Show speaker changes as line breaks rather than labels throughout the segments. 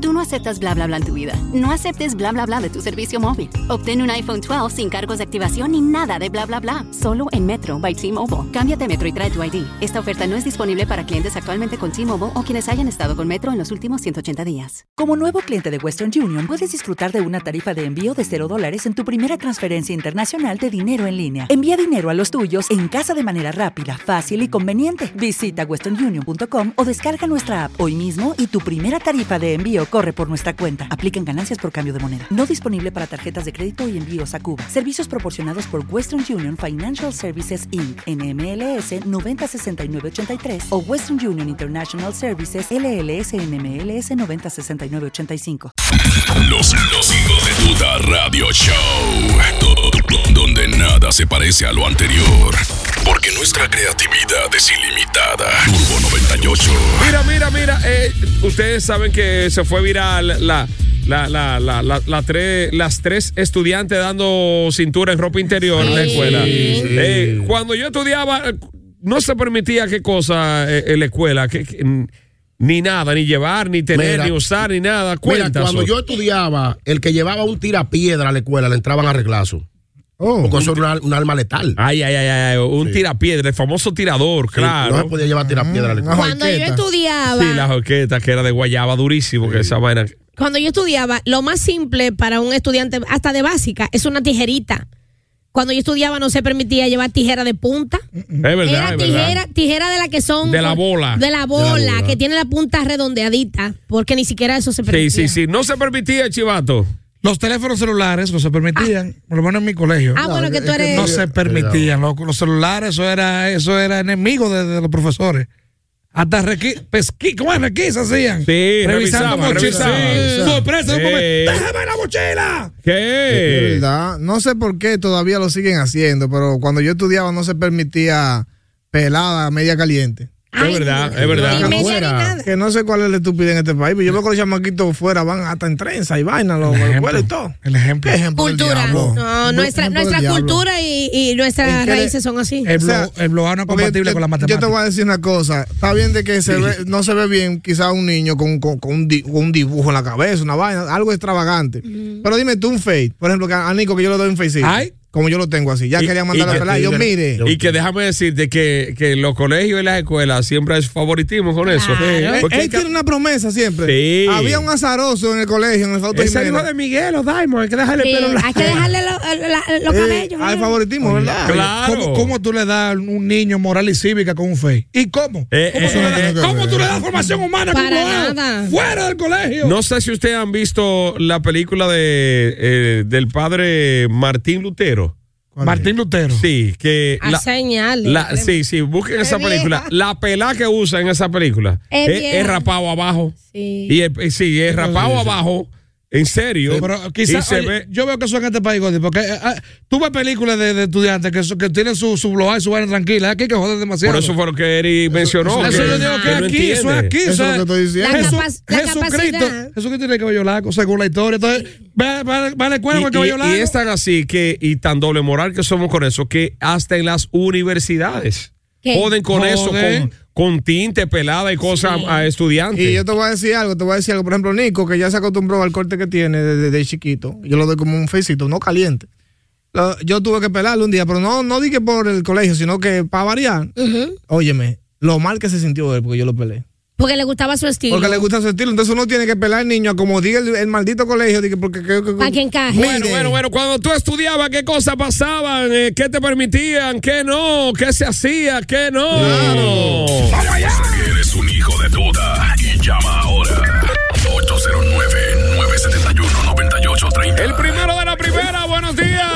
Tú no aceptas bla bla bla en tu vida. No aceptes bla bla bla de tu servicio móvil. Obtén un iPhone 12 sin cargos de activación ni nada de bla bla bla. Solo en Metro by T-Mobile. Cámbiate a Metro y trae tu ID. Esta oferta no es disponible para clientes actualmente con T-Mobile o quienes hayan estado con Metro en los últimos 180 días.
Como nuevo cliente de Western Union, puedes disfrutar de una tarifa de envío de 0 dólares en tu primera transferencia internacional de dinero en línea. Envía dinero a los tuyos en casa de manera rápida, fácil y conveniente. Visita westernunion.com o descarga nuestra app hoy mismo y tu primera tarifa de envío corre por nuestra cuenta. Aplican ganancias por cambio de moneda. No disponible para tarjetas de crédito y envíos a Cuba. Servicios proporcionados por Western Union Financial Services Inc. NMLS 906983 o Western Union International Services LLS NMLS 906985.
Los, los hijos de duda radio show. Do- do- donde nada se parece a lo anterior. Porque nuestra creatividad es ilimitada. Turbo 98.
Mira, mira, mira. eh, ustedes saben que se fue viral la, la, la, la, la- la tre- las tres estudiantes dando cintura en ropa interior en la escuela. Eh, cuando yo estudiaba, eh, no se permitía qué cosa eh, en la escuela. que- que, mm, ni nada, ni llevar, ni tener,
Mira.
ni usar, ni nada.
Mira,
Cuenta,
cuando
Sor.
yo estudiaba, el que llevaba un tirapiedra a la escuela le entraban a reglazo.
Oh.
Porque eso era un, un arma letal.
Ah,
Ay, ay, ay, ay, un tirapiedra, el famoso tirador, claro.
No se podía llevar tirapiedra a la
Ah,
escuela.
Cuando yo estudiaba,
Sí, las orquetas, que era de guayaba durísimo, que esa vaina.
cuando yo estudiaba, lo más simple para un estudiante, hasta de básica, es una tijerita. Cuando yo estudiaba no se permitía llevar tijera de punta.
Mm, Es verdad,
Era
es verdad.
tijera, tijera de la que son
De la bola.
de la bola, que tiene la punta redondeadita, porque ni siquiera eso se
Sí,
permitía.
sí, sí. No se permitía, chivato.
Los teléfonos celulares no se permitían, por lo menos en mi colegio.
Ah, bueno, que tú eres
no se permitían. Los, los celulares, eso era, eso era enemigo de, de los profesores. Hasta requi, pesqui, ¿cómo es? Requisa hacían.
Sí, revisaban, revisaban.
Sí. Sorpresa,
Sí.
un momento. ¡Déjame la mochila!
¿Qué?
¿Verdad? No sé por qué todavía lo siguen haciendo, pero cuando yo estudiaba no se permitía pelada, media caliente.
Ay,
es verdad,
no,
es verdad.
Ni media ni
Fuera.
nada.
Que no sé cuál es la estupidez en este país, pero yo veo que los chamaquitos fuera van hasta en trenza y vaina, los los cueros y todo.
El ejemplo.
¿Qué ejemplo del
Cultura.
diablo?
No, nuestra,
Ejemplo del
nuestra
diablo.
cultura y, y nuestras
Es que-
raíces son así.
Eh,
El,
O sea,
blo- el bloqueo no es
Porque
compatible
yo-
con la
Yo te
matemática.
voy a decir una cosa. Está bien de que se ve- no se ve bien quizá un niño con, con- con un, di- con un dibujo en la cabeza, una vaina, algo extravagante. Pero dime tú un fade. Por ejemplo, que a a Nico que yo le doy un fade.
Ay.
Como yo lo tengo así. Ya
Y-
quería
y
mandar a
que-
pelar. y Yo,
y-
mire.
Y que déjame decirte que, que los colegios y las escuelas siempre hay favoritismo con eso.
Claro.
Porque
él
hay que-
tiene una promesa siempre.
Sí.
Había un azaroso en el colegio, en el Fausto
es el hijo
Jiménez.
de Miguel, o Daimon, hay que dejarle
Sí,
el pelo
hay que dejarle lo- la- los
Eh,
cabellos.
Hay
¿eh?
favoritismo, ¿verdad?
Claro.
¿Cómo, cómo tú le das a un niño moral y cívica con un fake? ¿Y cómo?
Eh,
¿Cómo, tú,
eh,
le das,
eh,
cómo tú le das formación humana con
Para
un modelo?
nada.
fuera del colegio?
No sé si ustedes han visto la película de, eh, del padre Martín Lutero.
Martín Lutero.
Sí, que.
A
la-
señales.
la- sí, sí, busquen esa
vieja.
película. La pelá que usa en esa película
Es
es,
vieja.
es rapado abajo.
Sí.
Y es- eh, sí, es rapado abajo. En serio.
Pero
y
quizás
se
oye,
ve-
yo veo que eso en este país, Gordy, porque eh, ah, tú ves películas de, de estudiantes que, so- que tienen su, su blog y su vaina tranquila, aquí que joden demasiado.
Por eso fue lo que Eri mencionó.
Eso
que-
yo digo que,
no
aquí, eso
entiende.
es aquí.
Eso es lo que estoy diciendo.
La
Jesús-
capac- la
Jesucristo,
capacidad.
Jesucristo tiene el cabello largo, según la historia. Entonces, va, va- va a la escuela con
Y,
el cabello largo.
y- y es tan así que, y tan doble moral que somos con eso, que hasta en las universidades
¿Qué?
joden con eso,
Joden.
con, con tinte pelada y cosas a, a estudiantes.
Y yo te voy a decir algo, te voy a decir algo. Por ejemplo, Nico, que ya se acostumbró al corte que tiene desde, desde chiquito. Yo lo doy como un feicito, no caliente. Lo- yo tuve que pelarlo un día, pero no, no di que por el colegio, sino que para variar. Óyeme, lo mal que se sintió él porque yo lo pelé.
Porque le gustaba su estilo.
Porque le gusta su estilo, entonces uno tiene que pelar al niño a como diga el, el maldito colegio. di que porque, que- que-
Para que encaje.
Bueno, bueno, bueno, cuando tú estudiabas, ¿qué cosas pasaban? Eh, ¿Qué te permitían? ¿Qué no? ¿Qué se hacía? ¿Qué no?
Si eres un hijo de duda y llama ahora. 809-971-9830.
El primero de la primera, buenos días.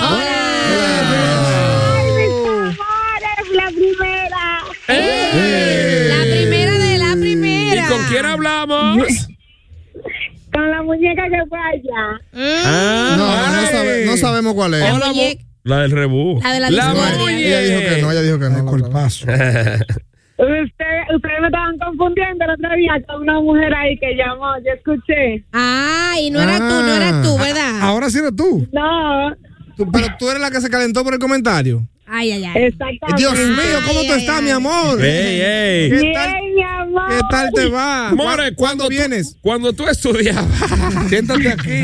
la primera.
¡Eh!
¡Eh! La primera de la
¿Y
primera.
con quién hablamos?
Con la muñeca que fue allá.
Ah.
Mm.
No, no, sabe- no sabemos cuál es.
La muñeca-
La del rebú.
La de la
la
Ella
discordia.
dijo que no, ella dijo que no. la otra vez.
Culpazo.
Usted, ustedes me estaban confundiendo el otro día con una mujer ahí que llamó, yo escuché.
Ay, no era tú, no
Ah.
era tú, ¿verdad?
Ahora sí eres tú.
No,
Tú- Pero tú eres la que se calentó por el comentario.
Ay, ay, ay.
exactamente.
Dios mío, ¿cómo
Ay,
tú
ay,
estás,
ay.
mi amor?
Ey, ey.
¿Qué tal,
Bien, mi amor.
qué tal te va?
More,
¿Cuándo- ¿cuándo
cuando
vienes?
Tú, cuando tú estudiabas. Siéntate aquí.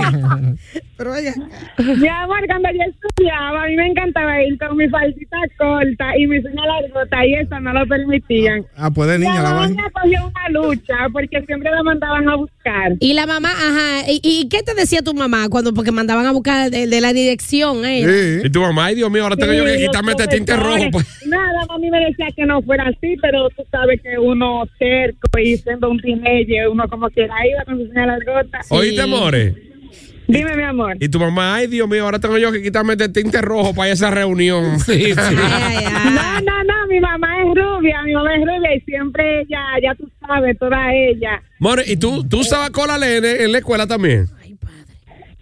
Mi amor, cuando yo estudiaba, a mí me encantaba ir con mi falsita corta y mi uña largota y eso no lo permitían.
Ah, pues de niña la
la
van.
mamá cogió una lucha porque siempre la mandaban a buscar.
Y la mamá, ajá. ¿Y, y qué te decía tu mamá cuando porque mandaban a buscar de, de la dirección? eh?
Y tu mamá, ay Dios mío, ahora tengo yo que
Sí, los
quitarme este tinte rojo.
profesores.
pues.
Nada, mami me decía que no fuera así, pero tú sabes que uno cerco y siendo un teenager, uno como quiera iba con su uña largota.
Oíste, More.
Dime, mi amor.
Y tu mamá, ay Dios mío, ahora tengo yo que quitarme este tinte rojo para ir a esa reunión. Sí, sí.
Ay, ay, ay.
No, no, no, mi mamá es rubia, mi mamá es rubia y siempre ella, ya tú sabes, toda ella.
More, ¿y tú, tú usabas cola lene en la escuela también?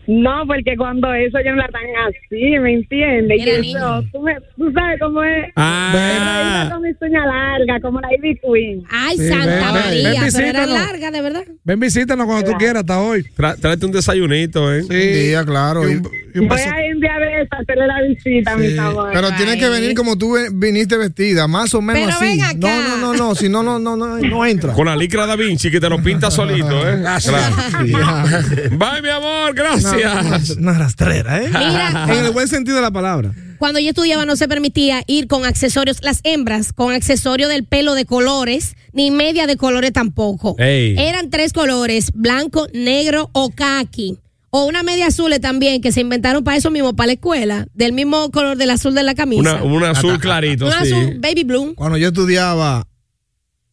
No, porque cuando eso yo no la tan así, ¿me entiendes?
Era
Y
niña.
eso, tú, me- tú sabes cómo es.
Ah.
Yo iba con mi uña larga, como la Ivy Queen.
Ay,
Sí,
Santa
ven, ven,
María,
ven,
pero era
visítanos.
larga, de verdad.
Ven, visítanos cuando tú quieras, hasta hoy.
Tra- tráete un desayunito, ¿eh?
Sí.
Día, claro.
Y
y-
un- y un
Pues
Voy
beso.
a enviar esa, hacerle la visita, mi amor.
Pero tienes que venir como tú ve- viniste vestida, más o menos
Pero
así.
ven acá.
No, no, no, no, si no, no, no, no, no entra.
Con la licra da Vinci que te lo pinta solito, ¿eh? Bye, mi amor, gracias.
Una rastrera, ¿eh?
Mira.
En el buen sentido de la palabra.
Cuando yo estudiaba no se permitía ir con accesorios, las hembras, con accesorio del pelo de colores, ni media de colores tampoco.
Ey.
Eran tres colores, blanco, negro o khaki. O una media azul también, que se inventaron para eso mismo, para la escuela, del mismo color del azul de la
Una,
camisa.
un azul clarito,
Un
sí.
azul baby blue.
Cuando yo estudiaba,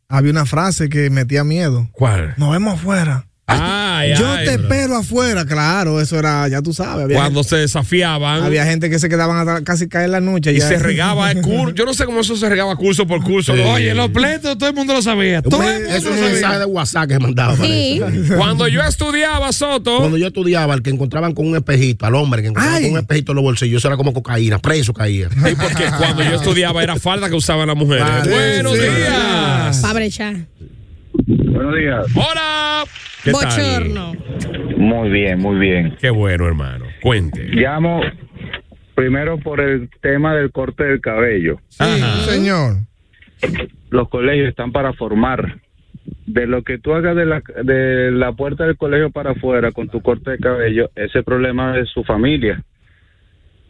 había una frase que metía miedo.
¿Cuál?
Nos vemos afuera.
Ay,
yo
ay,
te
bro.
espero afuera, claro, eso era, ya tú sabes. Había,
Cuando se
gente,
desafiaban
había gente que se quedaban hasta casi caer la noche.
y
ya.
se regaba el curso. Yo no sé cómo eso se regaba curso por curso.
Oye,
Oye,
los pleitos todo el mundo lo sabía. Todo el mundo
Es
lo
un
sabía.
mensaje de WhatsApp que se mandaba.
Sí.
parece.
cuando yo estudiaba Soto,
Cuando yo estudiaba, el que encontraban con un espejito, al hombre que encontraban
Ay.
con un espejito en los bolsillos, eso era como cocaína, preso caía.
sí, porque cuando yo estudiaba era falda que usaban las mujeres.
Vale,
Buenos
sí.
días.
Para brechar.
Buenos días.
Hola. ¿Qué tal?
Bochorno.
Muy bien, muy bien.
Qué bueno, hermano. Cuente.
Llamo primero por el tema del corte del cabello.
Sí, señor.
Los colegios están para formar. De lo que tú hagas de la, de la puerta del colegio para afuera con tu corte de cabello, ese problema de su familia.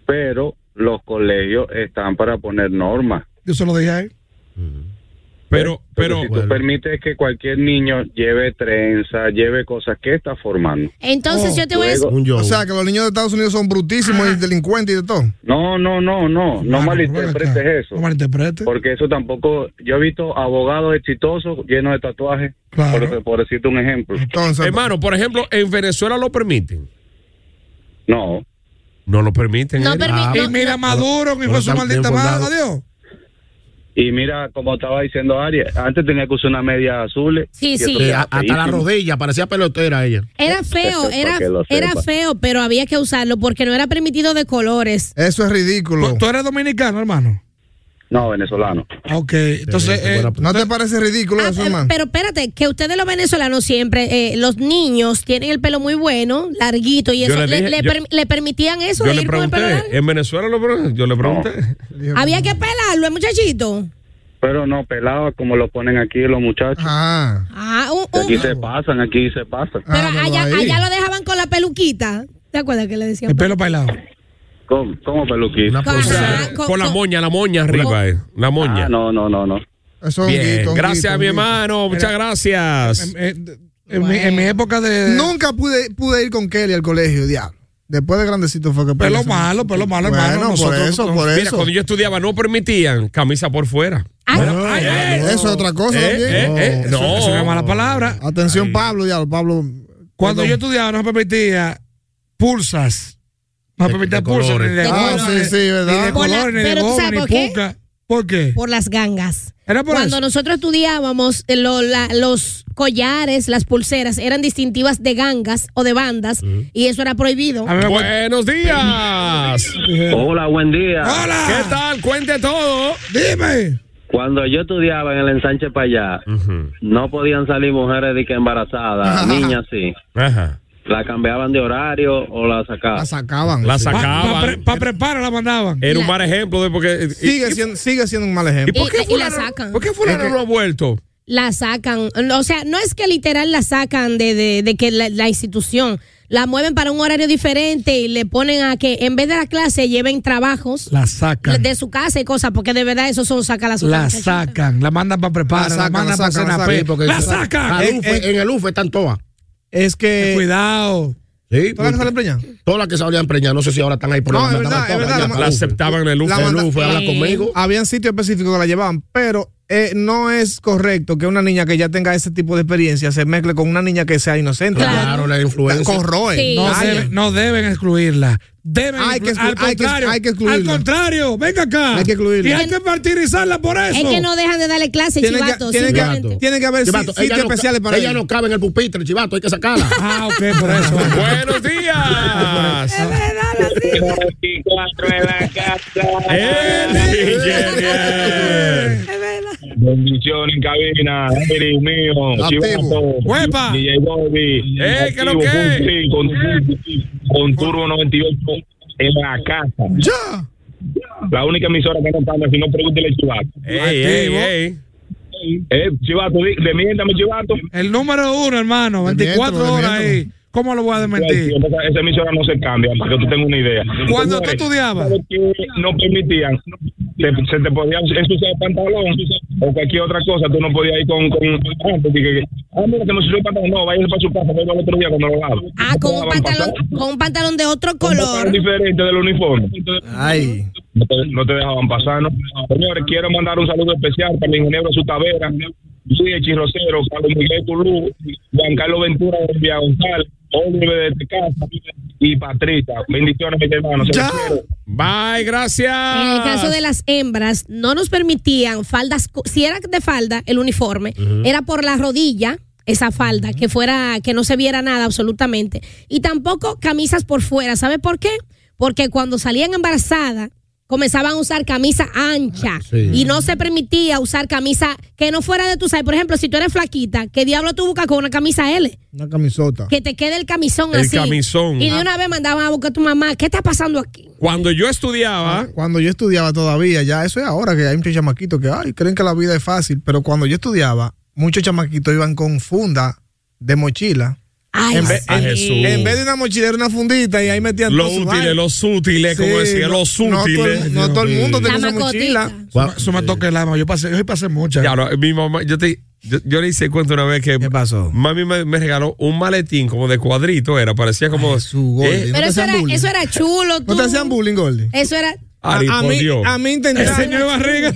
Pero los colegios están para poner normas.
Yo se lo dije a él.
Pero, pero,
si tú permites que cualquier niño lleve trenza, lleve cosas que está formando.
Entonces
Oh,
yo te voy a decir.
Un yo.
O sea, que los niños de Estados Unidos son brutísimos y delincuentes y de todo.
No, no, no, no, no
Claro,
malinterpretes
ven acá.
eso.
No malinterpretes.
Porque eso tampoco. Yo he visto abogados exitosos llenos de tatuajes.
Claro.
Por, por decirte un ejemplo.
Entonces,
hermano, por ejemplo, en Venezuela lo permiten.
No.
No lo permiten.
No
¿eh?
permi-
Ah, Y
no-
mira
no-
Maduro, mi
Pero
hijo su
tan bien
maldita madre,
fundado.
adiós.
Y mira, como estaba diciendo Arias, antes tenía que usar una media azul.
Sí,
y eso
sí.
queda
Eh, a- hasta la
feísimo.
rodilla, parecía pelotera ella.
Era feo, era,
Para que lo
era
sepa.
feo, pero había que usarlo porque no era permitido de colores.
eso es ridículo.
Tú eres dominicano, hermano.
No, venezolano.
Ok, entonces.
Sí,
eh,
buena-
¿No te parece ridículo
Ah,
eso,
eh,
hermano?
pero espérate, que ustedes los venezolanos siempre, eh, los niños tienen el pelo muy bueno, larguito, y
Yo
eso,
le
le,
dije-
le
yo-
per- le permitían eso
Yo
de
le
ir con el pelo largo?
pregunté. eh, En Venezuela lo pre- yo le pregunté.
Había que pelarlo, eh, muchachito.
Pero no, pelado como lo ponen aquí los muchachos.
Ah,
Ah, un- un-
Aquí se pasan, aquí se pasan.
pero
Ah, pero
allá,
ahí.
allá lo dejaban con la peluquita. ¿Te acuerdas que le decían?
el pelo bailado.
¿Cómo, cómo peluquita?
Una
Ah, Con-
O sea,
Ajá,
con, la moña, la moña arriba, eh. La moña.
Ah, no, no, no, no.
eso es
Bien,
honguito, honguito,
gracias a mi
honguito.
hermano, muchas gracias.
En, en- en mi, en mi época de.
Nunca pude, pude ir con Kelly al colegio, diablo. Después de grandecito fue que...
Pelo Pues malo, pelo malo,
Pues, Bueno,
hermano.
por
Nosotros-
eso, por
Mira,
eso.
cuando yo estudiaba no permitían camisa por fuera.
Ay,
Ay, eso es otra cosa
Eh,
también.
eh, eh,
Eso-
no,
Eso es una mala palabra.
Atención, Pablo, diablo, Pablo.
Cuando
Ah, perdón.
yo estudiaba, no me permitía pulsas. No me
De-
permitía
de
pulsas ni
colores.
de
De
goma,
colores.
ni-
Ah, sí, sí, ¿verdad?
Ni de
Por la-
colores, ni de
pero ¿tú
goma,
sabes
ni
por qué?
puca. ¿Por qué?
por las
Ah,
gangas.
Era por
Cuando
eso.
nosotros estudiábamos, eh, lo- la- los collares, las pulseras eran distintivas de gangas o de bandas y eso era prohibido.
A pues. mí me acuerdo-
Buenos días.
Hola, buen día.
¡Hola!
Ah. ¿Qué tal? Cuente todo.
Dime.
Cuando yo estudiaba en el ensanche para allá, no podían salir mujeres de que embarazadas, niñas sí.
Ajá.
La cambiaban de horario o la sacaban. La
sacaban.
La sacaban.
Para preparar la mandaban.
Era un mal ejemplo de porque.
Sigue siendo, sigue siendo un mal
¿Y
ejemplo.
por qué
Y- y la
fulano-
sacan.
¿Por qué fulano no ha vuelto?
La sacan. O sea, no es que literal la sacan de, de, de que la, la institución. La mueven para un horario diferente y le ponen a que en vez de la clase lleven trabajos
La sacan.
de su casa y cosas, porque de verdad eso son saca las
La sacan. La mandan para preparar. La,
La sacan, la
mandan para
sacan, la
cenar.
sacan. eh,
pe-
Sí, porque
La
eso-
sacan.
Al
eh,
Ufe- en el UFE están todas.
Es que.
Cuidado.
¿Todas las que
Sí, porque-
salen preñadas?
todas las que salían preñadas, no sé si ahora están ahí, pero
No,
las
es
mandaban
verdad, es
todas
verdad,
para allá,
La
para el Ufe.
aceptaban en el UFE.
La
El
manda-
Ufe, habla
Sí.
conmigo.
Habían sitios específicos que la llevaban, pero eh, no es correcto que una niña que ya tenga ese tipo de experiencia se mezcle con una niña que sea inocente.
Claro, la influencia.
Corroe.
Sí.
No,
Vaya.
deben, no deben excluirla. Deben
Hay que
exclu- al
exclu- hay que-
contrario.
hay que excluirla.
Al contrario, venga acá.
Hay que excluirla.
Y hay que martirizarla por eso.
Es que no dejan de darle clases,
Tiene que-
chivato.
tiene que-
simplemente.
Tiene que haber si-
Chivato, ella
sitios
no ca-
especiales para
ella
ella.
no cabe en el pupitre, chivato, hay que sacarla.
Ah, ok, por eso.
¡Buenos días!
en la casa.
¡El ingeniero!
Bendición en cabina, Eric mío,
Activo.
Chivato,
¡Huepa!
DJ Bobby,
Eh, ¿qué lo
activo,
que?
sí, con, con Turbo 98 en la casa.
Ya.
La única emisora que no cambia, si no pregúntele Chivato.
¡Ey, ey, ey!
Eh, Chivato, di- demiéntame Chivato.
El número uno, hermano. 24
Dentro,
horas
dentro.
ahí. ¿Cómo lo voy a desmentir?
Esa, esa emisora no se cambia, para que tú tengas una idea.
Cuando tú
Señores,
estudiabas.
¿sabes qué? no permitían, te- se te podía ensuciar el pantalón o cualquier otra cosa, tú no podías ir con... con ah, pues, dije, ah, mira, se me ensució el pantalón, no, váyase para su casa, vuelva al otro día cuando lo lave.
Ah, con un pantalón, con un pantalón de otro color.
diferente del uniforme.
Ay.
No te, no te dejaban pasar, ¿no? Señores, quiero mandar un saludo especial para mi ingeniero Sutavera, Luis de Chirrocero, Carlos Miguel Turú, Juan Carlos Ventura de Villa González, Oliver de este Casa y Patricia. Bendiciones, mis hermanos. Se
Ya.
los quiero.
¡Bye, gracias!
En el
Ah.
caso de las hembras, no nos permitían faldas, cu- si era de falda, el uniforme, era por la rodilla, esa falda, que fuera, que no se viera nada absolutamente. Y tampoco camisas por fuera, ¿sabe por qué? Porque cuando salían embarazadas, comenzaban a usar camisa ancha
sí.
y no se permitía usar camisa que no fuera de tu size. Por ejemplo, si tú eres flaquita, ¿qué diablo tú buscas con una camisa L?
Una camisota.
Que te quede el camisón
El
así.
camisón.
Y de una vez mandaban a buscar a tu mamá, ¿qué está pasando aquí?
Cuando yo estudiaba,
Cuando yo estudiaba todavía, ya eso es ahora que hay muchos chamaquitos que ay, creen que la vida es fácil, pero cuando yo estudiaba, muchos chamaquitos iban con funda de mochila.
Ay,
En vez-
sí.
Ah, a Jesús.
En vez de una mochila era una fundita y ahí metían
Los
todo su
útiles,
vaina.
los útiles, como
Sí,
decía,
no-
los
no todo el-
útiles.
No todo el mundo
La
tenía esa
macotica.
mochila.
Bueno,
Eso me toca el alma. Yo pasé, yo pasé muchas.
Ya, no, mi mamá, yo te. Yo, yo le hice cuenta una vez que
¿Qué pasó?
mami me, me regaló un maletín como de cuadrito, era, parecía como eh,
su Golden. No
Pero
te
eso
hacían
era,
bullying.
eso era chulo, tú.
¿No te hacían bullying, Goldi?
Eso era.
Ari,
a, a
por
mí,
Dios.
a mí
El
intentaron.
señor Barriga.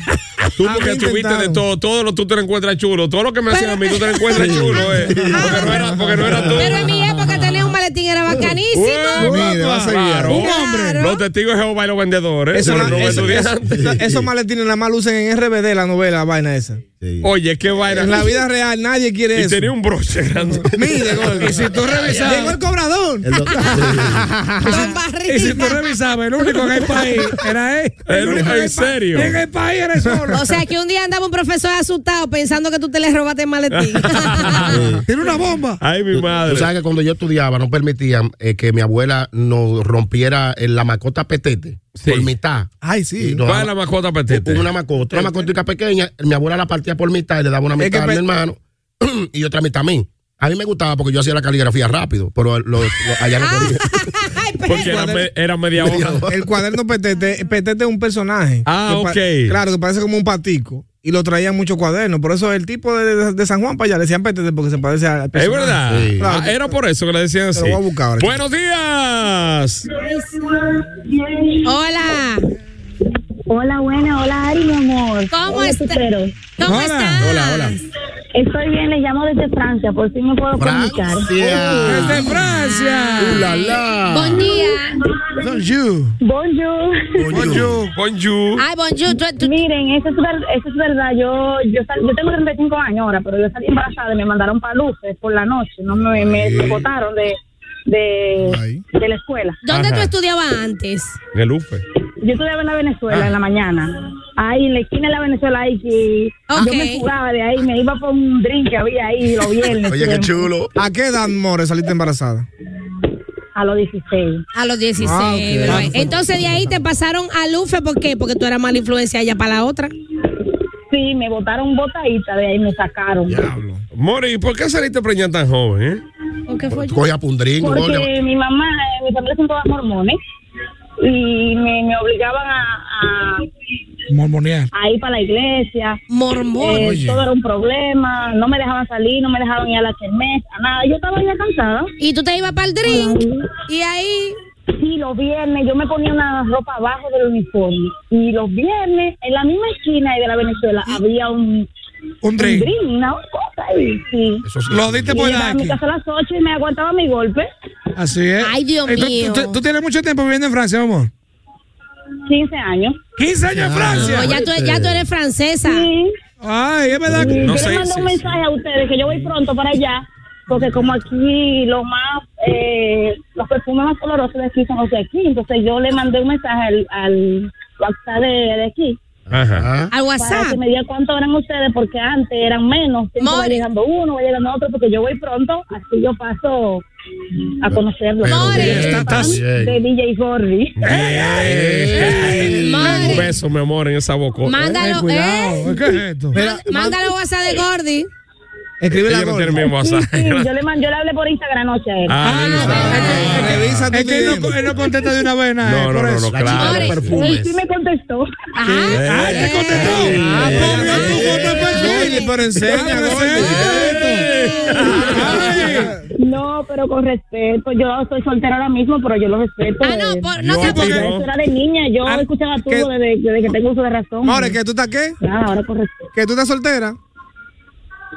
Tú
A
porque
mí
tuviste de
intentaron.
todo, todo lo tú te lo encuentras chulo, todo lo que me hacían a mí tú te lo encuentras chulo, eh. Porque no era, porque no era tú.
Pero en mi época tener un maletín era bacanísimo.
Bueno,
Mire, va a seguir.
claro.
Un
hombre.
Los testigos de Jehová y los vendedores.
Eso
pero
la-
no
eso-
estudiantes.
eso- esos maletines nada más lucen en RBD la novela, la vaina esa.
Oye, qué vaina.
En la vida real nadie quiere
y
eso.
tenía un broche grande.
Mire, Goldi.
Y si tú revisabas-
Llegó el cobrador.
el doctor-
Don
Y si tú
Barriga.
revisabas, el único en el país era él.
El único,
en el
¿en
país.
serio?
En el país era él solo.
O sea que un día andaba un profesor asustado pensando que tú te le robaste el maletín.
Tiene una bomba.
Ay, mi madre.
Tú sabes que cuando yo estudiaba no permitían eh, que mi abuela nos rompiera eh, la macota petete
Sí.
por mitad.
Ay,
Y
sí.
nos
¿Cuál es la
daba-
mascota petete?
Hubo una macota, una macotica pequeña, mi abuela la partía por mitad y le daba una
que
mitad a mi
pe-
hermano y otra mitad a mí. A mí me gustaba porque yo hacía la caligrafía rápido, pero lo- lo- allá no podía.
Ay, pero-
Porque era, me- era media hora.
El cuaderno Petete, Petete es un personaje.
Ah,
Que pa-
ok.
Claro, que parece como un patico. Y lo traían muchos cuadernos. Por eso el tipo de, de San Juan para allá le decían Petete porque se parece al
Es
personaje.
verdad.
Sí.
Ah, era por eso que le decían así.
Te lo voy a buscar ahora.
Buenos días.
Hola.
Hola, buena, hola Ari, mi amor.
¿Cómo
Hola,
está-
Tutero.
¿Cómo
Hola.
estás?
Hola, hola.
Estoy bien, les llamo desde Francia, por si me puedo comunicar.
Francia.
Desde Francia.
La, la.
Buen día.
Bonjour.
Bonjour.
Bonjour. Bonjour.
Ay, bonjour. Tú, tú-
Miren, eso es, ver- eso es verdad. Yo yo, sal- yo tengo 35 años ahora, pero yo salí embarazada y me mandaron para luces por la noche. No me, me botaron de, de,
Ay.
de la escuela.
¿Dónde
Ajá.
tú estudiabas antes?
El Ufe.
yo estudiaba en la
Ah.
Venezuela en la mañana. Ahí en la esquina de la Venezuela, ahí que yo me jugaba de ahí, me iba por un drink que había ahí los viernes.
Oye, qué
siempre.
chulo. ¿A qué edad, More, saliste embarazada?
A los 16.
A los 16,
Ah, ok.
bro. Entonces de ahí te pasaron a Lufe, ¿por qué? Porque tú eras mala influencia allá para la otra.
Sí, me botaron botadita de ahí, me sacaron.
Mori, ¿por qué saliste preñada tan joven? Eh?
¿Por qué fue?
Cogí a pundringo,
Porque mi mamá, eh, mi familia son todas mormones y me, me obligaban a,
Mormonear.
a, a ir para la iglesia.
Mormón.
Eh,
Oye.
todo era un problema, no me dejaban salir, no me dejaban ir a la kermés, a nada. Yo estaba ya cansada.
¿Y tú te ibas para el drink? ¿Y ahí?
Sí, los viernes yo me ponía una ropa abajo del uniforme. Y los viernes, en la misma esquina de la Venezuela, había un...
Un drink.
una cosa ahí, sí.
Lo diste
Y
por
llegaba a mi
aquí.
casa a las 8 y me aguantaba mi golpe.
Así es.
Ay, Dios
Eh, tú-
mío.
tú- ¿Tú tienes mucho tiempo viviendo en Francia, mi amor?
15 años.
15 años en Francia.
No, ya, tú, ya tú eres francesa.
Ay, es verdad. que-
yo les mando un mensaje a ustedes que yo voy pronto para allá, porque como aquí los más, eh, los perfumes más colorosos de aquí son los de aquí, entonces yo le mandé un mensaje al, al WhatsApp de, de aquí.
Ajá.
Al
WhatsApp. Para que me diga cuánto eran ustedes, porque antes eran menos. Siempre va
More.
llegando uno, va llegando otro, porque yo voy pronto, así yo paso a conocerlos.
Pero More. bien,
Soy
estás-
fan De DJ Gordy.
Eh, Bien.
Mori.
Un beso, mi amor, en esa boca.
Mándalo, Eh, cuidado, ¿eh?
¿Qué es esto?
Mándalo WhatsApp de Gordy.
Escribe la WhatsApp.
Sí, yo le mandé, yo le hablé por Instagram anoche a
Ah.
él.
Ah, Es que él no, él no contesta de una vez nada.
No,
eh,
no,
por
no, no,
eso.
claro.
Él sí me contestó.
Ay,
eh.
te contestó. Ah,
pues,
ponlo tu foto en perfil.
Pero enseña,
No, pero con respeto. Yo soy soltera ahora mismo, pero yo lo respeto. Ah, no,
por,
no,
yo,
no, porque-
yo era de niña. Yo escuchaba tú
Ah, que-
desde, desde que tengo uso de razón.
More, ¿que tú estás qué?
Nada, ahora con respeto.
¿Que tú estás soltera?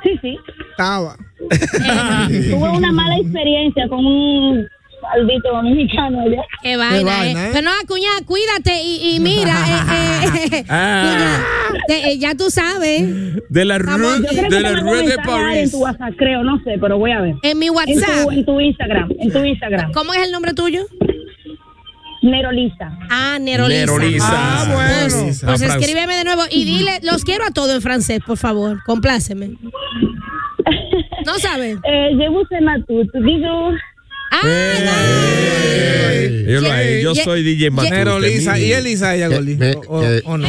Sí, sí.
Estaba.
Tuve una mala experiencia con un maldito dominicano allá.
Qué vaina,
vaina,
eh.
eh.
Pero no, cuñada, cuídate y, y mira. eh, eh, eh,
Ah.
cuñada, te- eh, ya tú sabes.
De la
Amor,
Rue
yo creo que
de,
te
la
mandó
Rue
un
de
mensaje ahora En
París.
tu WhatsApp, creo, no sé, pero voy a ver.
En mi
En tu-
WhatsApp.
En tu, Instagram, en tu Instagram.
¿Cómo es el nombre tuyo?
Nerolisa.
Ah, Nerolisa.
Nerolisa.
Ah, bueno. Pues,
Nerolisa. La Fran-
escríbeme de nuevo y dile, los quiero a todos en francés, por favor. Compláceme. No sabes.
Eh, je vous aime à tous. Bisous.
Ah,
Yo, lo- yo soy DJ Matute.
Nerolisa.
mire.
¿Y Elisa ella, Goli? ¿O, o- o no?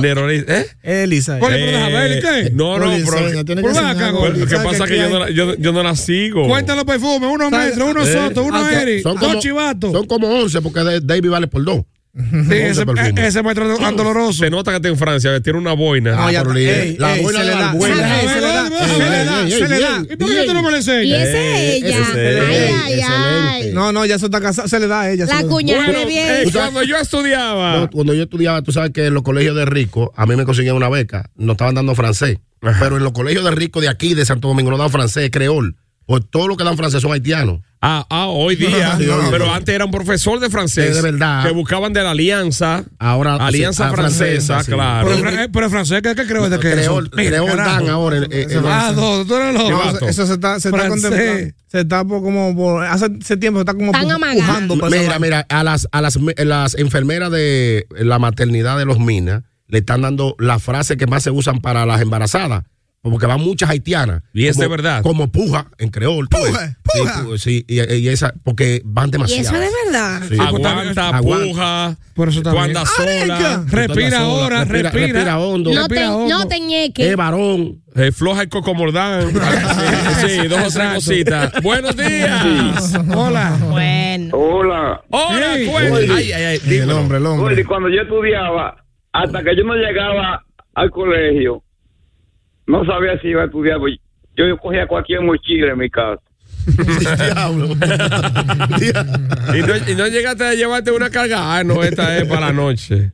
Nerolisa, ¿eh?
Elisa.
Goli, pero déjame ver, ¿qué? No, no,
Goli,
pero-
enseña, tiene
pero ven
que enseñar,
acá,
Goli.
Goli, Lo que
¿Sabes
pasa es
aquí
que yo
hay?
no, la- yo, yo no la sigo.
Cuenta los perfumes, uno
¿Sabe?
metro, uno
Eh,
soto, uno
aunque
Eric,
son
dos
como-
chivatos.
Son como 11 porque de- David vale por dos.
Sí, ese,
perfume.
eh, ese metro tan doloroso.
Se nota que está en Francia, que tiene una boina.
No, Ah, ya
pero
está.
líder.
Ey,
la
ey,
boina
se
de
le
la
da,
abuela.
se le da, se le da,
Se le da, se le da. ¿Y por qué tú no me lo
Y
enseñas?
esa es ella. Ay, ay, ay.
No, no, ya eso está casado. Se le da a ella. se
La
le da.
cuñada de bien.
Eh, cuando yo estudiaba.
No, cuando yo estudiaba, tú sabes que en los colegios de rico, a mí me conseguían una beca, no estaban dando francés. Pero en los colegios de rico de aquí, de Santo Domingo, no dan francés, creol. Pues todo lo que dan francés son haitianos.
Ah, ah, hoy día.
Sí, hoy día.
pero antes era un profesor de francés.
Sí, de verdad.
Que buscaban de la alianza.
Ahora,
Alianza
sí, ah,
francesa,
sí.
claro.
Pero, fran- eh, pero francés, ¿qué, qué creo de que es?
Creol, creol dan ahora. eh, eh,
Ah, no, tú eres
No,
loco.
eso- eso se está, se está
Francés.
contemplando. Se está por- como por- hace, hace tiempo se está como
Tan
pu-
amagada.
pujando para esa
Mira,
vaina.
mira, a las, a las, me- las enfermeras de la maternidad de los Minas le están dando las frases que más se usan para las embarazadas. Porque van muchas haitianas.
Y es
Como-
de verdad.
Como puja en creol. tú ves.
Puja, puja.
Sí, pu- Sí, y, y esa, porque van
Y
demasiado.
eso es de verdad.
Sí.
Aguanta,
Aguanta.
puja.
Por eso
Tú
también.
andas sola.
Respira ahora,
Respira,
respira.
respira hondo.
No te,
Respira hondo.
no te ñeques.
Eh, varón.
Eh, floja el cocomordán. sí, sí, dos o tres cositas. Buenos días.
Hola.
Bueno.
Hola.
Hola,
Sí.
Cueli. Ay, ay, ay.
El
dímelo.
hombre, el hombre.
Oye, cuando yo estudiaba, hasta que yo no llegaba al colegio, no sabía si iba a estudiar. pues, Yo, yo cogía cualquier mochila en mi casa.
Diablo.
¿Y no, y no llegaste a llevarte una carga. Ah, no, esta es para la noche.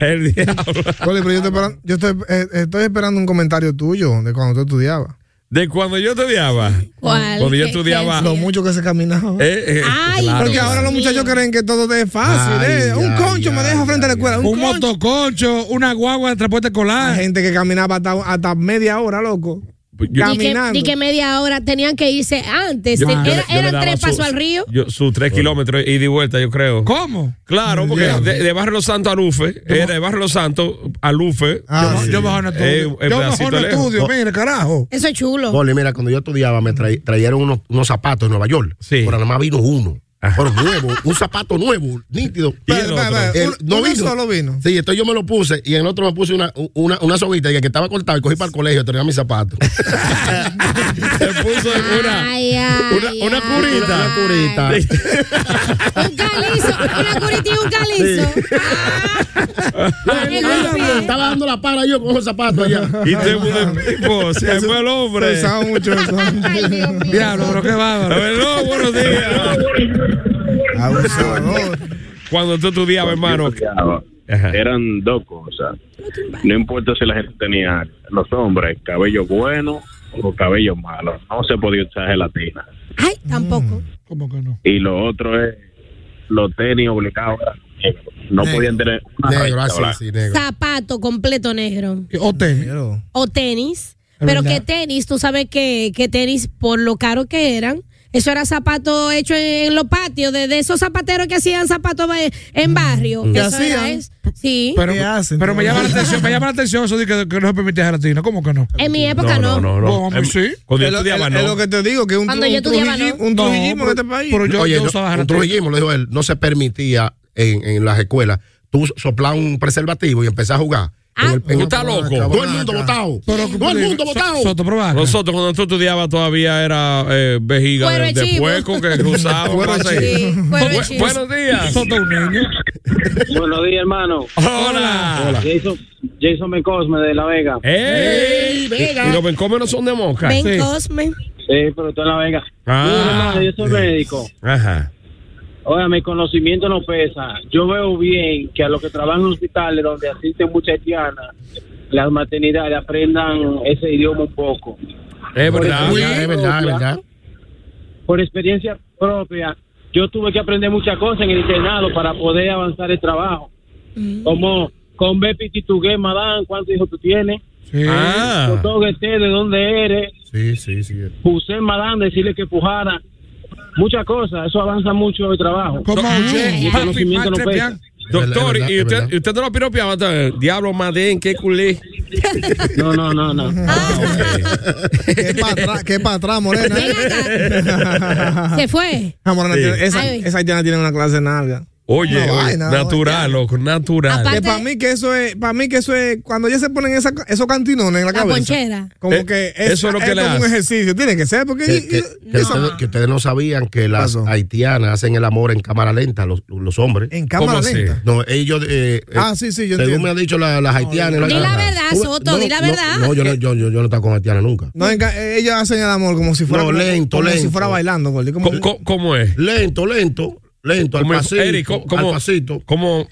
el diablo.
Goli, pero yo, estoy esperando, yo estoy, eh, estoy esperando un comentario tuyo de cuando tú estudiabas.
De cuando yo estudiaba.
¿Cuál?
Cuando yo
¿Qué-
estudiaba.
qué
Lo mucho que se caminaba.
Eh, eh,
Ay,
claro.
Porque ahora los muchachos creen que todo es fácil.
Ay,
eh. Un
ay,
concho me
ay,
deja frente a la escuela. Un,
Un
concho.
motoconcho, una guagua de transporte
Hay
escolar.
gente que caminaba hasta, hasta media hora, loco.
Pues yo-
Di que, di que media hora tenían que irse antes.
Yo- yo
Era-
le- yo le
eran
daba
tres
su-
pasos al río.
Yo- sus tres kilómetros y de vuelta, yo creo.
¿Cómo?
Claro, porque
Ya.
de, de Barrio Los Santos a Lufe, eh, de Barrio Los Santos a Lufe.
yo, yo mejor no
Eh,
estudio.
eh,
yo
pedacito
mejor no
lejos.
estudio, mire, carajo.
Eso es chulo.
Boli, mira, cuando yo estudiaba me trai- trajeron unos, unos zapatos de Nueva York.
Sí.
Pero nada más vino uno. Pero nuevo, un zapato nuevo, nítido.
¿Y el otro?
El- Eh, no vino.
solo vino.
Sí, entonces yo me lo puse y en otro me puse una, una, una soguita y que estaba cortado y cogí para el colegio y tenía mis zapatos.
Se puso una,
Ay, ay,
una, una
ay.
curita.
Una curita.
Un calizo. Una curita y un calizo. Ah, el golpe.
estaba dando la para yo con los zapatos
Ah,
allá.
Y te tipo, se fue el hombre.
Se usaba mucho eso.
Ay, Dios mío.
Diablo, pero qué
A
bárbaro.
ver, no, buenos días.
Abusador.
Cuando tú estudiabas, hermano. Ajá.
Eran dos cosas. No importa si la gente tenía, los hombres, cabello bueno o cabello malo. No se podía usar gelatina.
Ay, tampoco.
¿Cómo que no?
Y lo otro es, los tenis obligados eran negros. No
Negro.
podían tener una
Negro,
rayita
así,
blanca.
Ah, sí, negro.
Zapato completo negro.
O tenis.
Pero,
O tenis. Pero
verdad.
que tenis, tú sabes que, que tenis, por lo caro que eran. Eso era zapato hecho en los patios, de, de esos zapateros que hacían zapatos ba- en barrio.
¿Qué
Eso era
hacían?
eso. Sí.
Pero,
¿Qué hacen?
pero me llama la atención, me llama la atención eso de que, que no se permite gelatina. ¿Cómo que no?
en mi época no.
No,
Em,
hombre, sí.
Cuando yo
es, lo,
estudiaba,
es-
no.
es lo que te digo, que un,
Cuando
un,
yo estudiaba, no.
trujillismo- un
No,
trujillismo de
pero-
este país.
pero yo,
Oye,
yo
no,
usaba
un
gelatina.
trujillismo, lo dijo él, no se permitía en, en las escuelas tú soplar un preservativo y empezar a jugar.
Ah.
En el- en
Tú
el-
estás loco.
Todo el mundo votado.
Pero-
Todo el
So-
mundo votado.
Soto, pero
Ah,
vaca.
Nosotros, cuando tú estudiabas, todavía era eh, vejiga
Cuero
de,
de
de
chivo.
puerco que usaban.
Cuero
para
de
hacer-
Sí, cuero de
Bu-
chivo.
buenos días.
Soto un niño.
Buenos días, hermano.
Hola.
Jason, Jason Mecosme de La Vega.
¡Ey! Y los bencómenos son de mosca.
Ben
Sí.
Cosme.
Sí, pero tú en La Vega.
Ah.
Mira, hermano, yo soy médico.
Ajá.
Oiga, mi conocimiento no pesa. Yo veo bien que a los que trabajan en hospitales donde asisten muchas haitianas, las maternidades aprendan ese idioma un poco.
Es
Por
verdad.
ejemplo,
Es verdad, es verdad.
Por experiencia propia, yo tuve que aprender muchas cosas en el internado para poder avanzar el trabajo. Como con Bepi Titugué, Madame, ¿cuántos hijos tú tienes?
Sí.
Ah.
Totó Gueté, ¿de dónde eres?
Sí, sí, sí.
José Madame, decirle que pujara. Muchas cosas, eso avanza mucho el trabajo.
¿Cómo usted?
el
Papi,
conocimiento no
Matre,
pesa.
Bian-
Doctor,
Es verdad,
y
es
usted,
verdad.
y usted no lo piropiaba. doctor. Diablo, madén, qué culé.
No, no, no, no.
Qué para atrás, qué pa' atrás, morena.
Ven acá. Se fue.
Ah, morena tiene- esa,
Ay.
esa haitiana tiene una clase de nalga.
Oye,
No,
oye,
vaina,
natural, loco, natural.
Aparte-
Que para mí que eso es, para mí que eso es, cuando ya se ponen esa- esos cantinones en la,
La
cabeza.
ponchera.
Como
Eh,
que
eso es lo que le
como un
hace.
ejercicio, tiene que ser, porque
Que,
y-
que-
y-
que
esa-
ustedes, que ustedes no sabían que las
Pasó.
haitianas hacen el amor en cámara lenta, los, los hombres.
en cámara
¿Cómo así?
lenta.
No, ellos. eh, eh,
Ah, sí, sí, yo
según
entiendo.
me han dicho la- las haitianas.
Di la verdad, Soto, di la verdad.
No, yo, no- yo, yo, yo no he estado con haitianas nunca.
No, en ca- eh, ellos hacen el amor como si fuera
No,
como-
lento,
como si
lento.
fuera bailando, gordi, como-
¿Cómo, cómo- cómo es?
Lento, lento, lento, al
¿Cómo es?
pasito.
Eric, ¿cómo- cómo-
al pasito.
¿Cómo?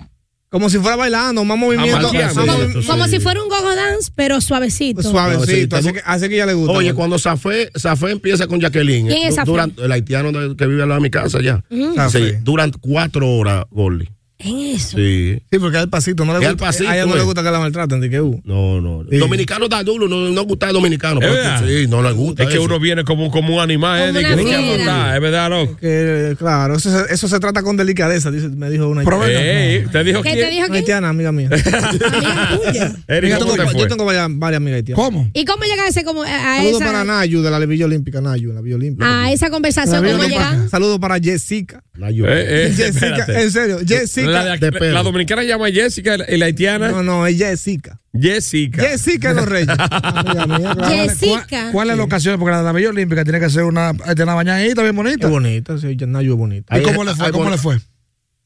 como si fuera bailando, más movimiento,
Amalgama.
más movi-
Eso
Como
sí.
si fuera un gogo dance, pero suavecito.
suavecito,
Suavecito.
así que, así que ya le gusta.
Oye,
gordi.
cuando Zafé, Zafé empieza con Jacqueline.
¿Quién es
du-
Zafé?
durante- el haitiano de- que vive al lado de mi casa ya.
Zafé.
Sí, duran cuatro horas, Gordy.
En eso.
Sí.
Sí, porque al pasito no
Es
le
al
gusta.
pasito,
a ella no
eh.
le gusta que la maltraten, de que uh.
No, no.
Sí.
Dominicano da duro, no, no gusta el dominicano.
¿Es
pero
verdad?
sí, no le gusta.
Es que
eso.
uno viene como, como un animal, ¿eh?
Como
de que
una
tiene que
fiera.
afrontar, es verdad, loco.
Que, claro, eso, se- eso se trata con delicadeza, dice, me dijo una
Pero venga,
Ey, ¿Te dijo
¿Qué te
quién?
dijo
Una
quién?
haitiana, amiga mía.
Amiga tuya.
Eric,
Yo
¿cómo
tengo,
te fue?
yo tengo varias, varias amigas haitianas.
¿Cómo?
¿Y cómo llega ese como a a
Saludos para
esa,
Nayu de la Villa Olímpica, Nayu, la Villa Olímpica.
a Ah, esa
La
conversación?
Villa
¿Cómo
Olímpica.
llegan?
Saludos para Jessica.
La ayuda.
Eh, eh,
Jessica,
espérate.
en serio,
La,
Jessica.
de-
de pelo.
la dominicana llama Jessica y la haitiana
No, no, es Jessica.
Jessica.
Jessica de los Reyes. Amiga mía, claro.
Yes. Chica.
¿Cuál, cuál es la ocasión? Porque la de la Bella Olímpica tiene que ser una, este, una bañadita bien
Qué
bonita.
bonita, sí, Nayu es bonita.
¿Y cómo le fue?
Ay,
¿Cómo
bueno.
le fue?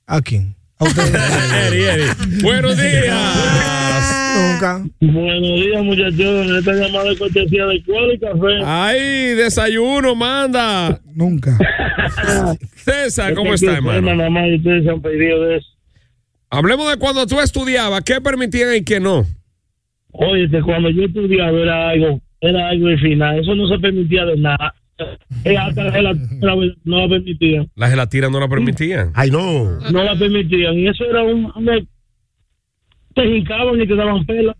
¿A quién?
A usted.
Eri, Eri. Buenos días.
Nunca.
Buenos días, muchachos. En esta llamada de cortesía de Cuero y Café.
Ay, desayuno, manda.
Nunca.
César, ¿cómo
Este
está,
aquí es
hermano?
Nada más y ustedes se han pedido de eso.
Hablemos de cuando tú estudiabas, qué permitían y qué no.
Oye, que cuando yo estudiaba era algo, era algo de final. Eso no se permitía de nada. Eh, Hasta la gelatina no la permitían.
La gelatina no la
Mm.
permitían.
Ay, no.
No eh, la permitían. Y eso era un... un- te jincaban y te daban pela.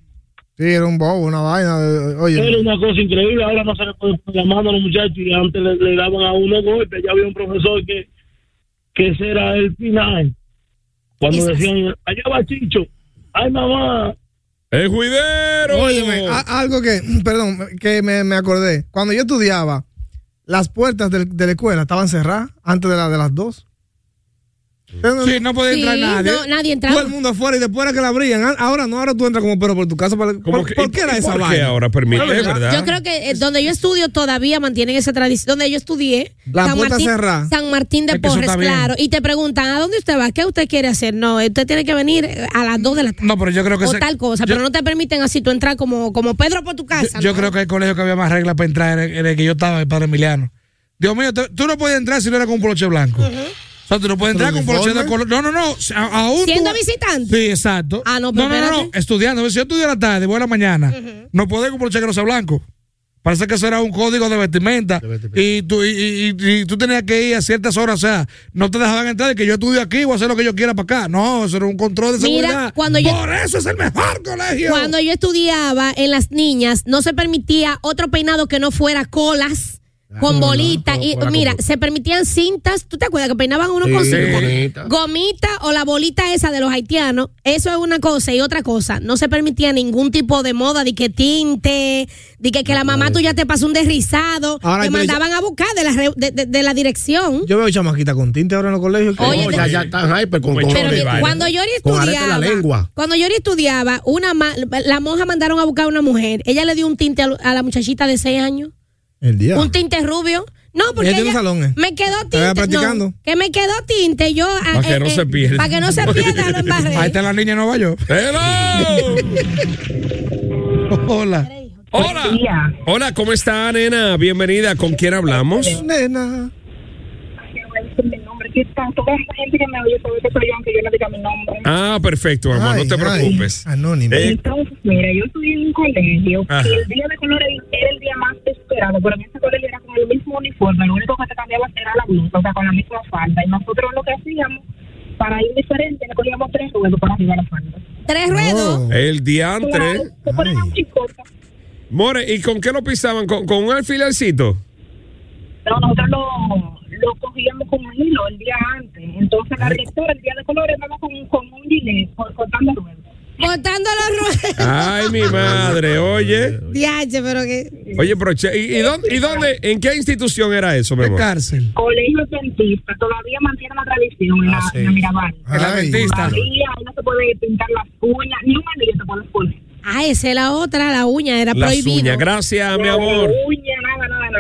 Sí, era un bobo, una vaina. eh,
Era
Oye,
una cosa increíble, ahora no se le puede poner la mano a los muchachos y antes le, le daban a uno golpe, ya había un profesor que, que ese era el final. Cuando decían, allá va Chicho, ay mamá,
¡El juidero!
óyeme, ah, a- algo que, perdón, que me, me acordé. Cuando yo estudiaba, las puertas del- de la escuela estaban cerradas antes de, la, de las dos.
Sí, no podía
Sí,
entrar nadie.
no, nadie entraba.
Todo el mundo afuera y después era que la abrían. Ah, Ahora no, ahora tú entras como pero por tu casa. para-
Como
¿Por,
que-
por qué era
¿y
esa
por qué
vaina?
ahora permite, verdad?
Yo creo que eh, donde yo estudio todavía mantienen esa tradición. Donde yo estudié,
La puerta
Martín,
cerrada.
San Martín de
Es que eso
Porres,
está bien.
claro. Y te preguntan, ¿a dónde usted va? ¿Qué usted quiere hacer? No, eh, usted tiene que venir eh, a las 2 de la tarde.
No, pero yo creo que
o
ese-
tal cosa,
yo-
pero no te permiten así tú entrar como, como Pedro por tu casa.
Yo
¿no?
creo que el colegio que había más reglas para entrar era era el que yo estaba, el padre Emiliano. Dios mío, te- tú no podías entrar si no era con un broche blanco. O sea, tú no puedes entrar con un broche de color. No, no, no. a- aún tú-
Siendo visitante.
Sí, exacto.
Ah, no,
no,
pero
no, no, no,
espérate.
Estudiando. Si yo estudio a la tarde, voy a la mañana. No puedo ir con broche que no sea blanco. Parece que eso era un código de vestimenta. Y, tú, y, y- y- y tú tenías que ir a ciertas horas. O sea, no te dejaban entrar de que yo estudio aquí, voy a hacer lo que yo quiera para acá. No, eso era un control de
Mira,
seguridad.
cuando yo-
Por eso es el mejor colegio.
Cuando yo estudiaba en las niñas, no se permitía otro peinado que no fuera colas con bolitas. Y mira, se permitían cintas. ¿Tú te acuerdas que peinaban uno con
Sí,
cintas?
bonita.
Gomita o la bolita esa de los haitianos. Eso es una cosa. Y otra cosa, no se permitía ningún tipo de moda, de que tinte, de que, que la mamá tuya te pasó un desrizado.
Ahora,
te
pero ya-
mandaban a buscar de la, re- de, de- de la dirección.
Yo veo chamaquita con tinte ahora en los colegios. que-
Oye,
No,
te-
ya, ya están hyper con,
Pero
con-
Pero
Hombre,
mira,
vale.
cuando yo ni
Con arete en la
estudiaba,
lengua.
cuando yo ni estudiaba, una ma- la monja mandaron a buscar a una mujer. Ella le dio un tinte a, lo- a la muchachita de 6 años,
el día.
un tinte rubio. No, porque
Ella tiene
ella-
salones.
me quedó
Estaba
tinte.
practicando.
no, que me quedó tinte yo ah,
Pa' que no se pierda.
Para que no se pierda lo embarré.
Ahí está la niña de Nueva York.
¡Hello!
Hola.
Hola. Hola, ¿cómo está, nena? Bienvenida. ¿Con quién hablamos?
Nena.
mi nombre, que tanto toda esa gente que me oye sabe que soy yo, aunque yo no diga mi nombre.
Ah, perfecto, amor.
Ay,
no te
ay,
preocupes.
anónimo.
Eh,
Entonces, mira, yo estudié en un colegio
Ajá.
y el día de colores era el día más esperado, pero en ese colegio era con el mismo uniforme, lo único que te cambiaba era la blusa, o sea, con la misma falda. Y nosotros lo que hacíamos, para ir diferente, le cogíamos tres ruedos para arriba la falda.
Tres ruedos.
Oh.
el
Claro,
diantre.
se ponen
Ay.
un chicote.
More, ¿y con qué lo pisaban? ¿Con, con un alfilercito?
No, nosotros lo, lo cogíamos con un hilo el día antes. Entonces, la directora, el día de colores, andaba con, un- con un gilet por- cortando ruedas.
Botando los ruedos.
Ay, mi madre, oye.
Diache, pero que.
Oye, pero che, ¿y, y dónde, y dónde- en qué institución era eso, mi
De
amor?
cárcel.
Colegio Adventista todavía mantiene la tradición en la, en la Mirabal.
El adventista.
Todavía uno se puede pintar las uñas, ni un anillo te puedes poner.
Ah, esa es la otra, la uña, era
Las
prohibido.
uñas. Gracias, mi
No,
amor.
Uña, nada, nada,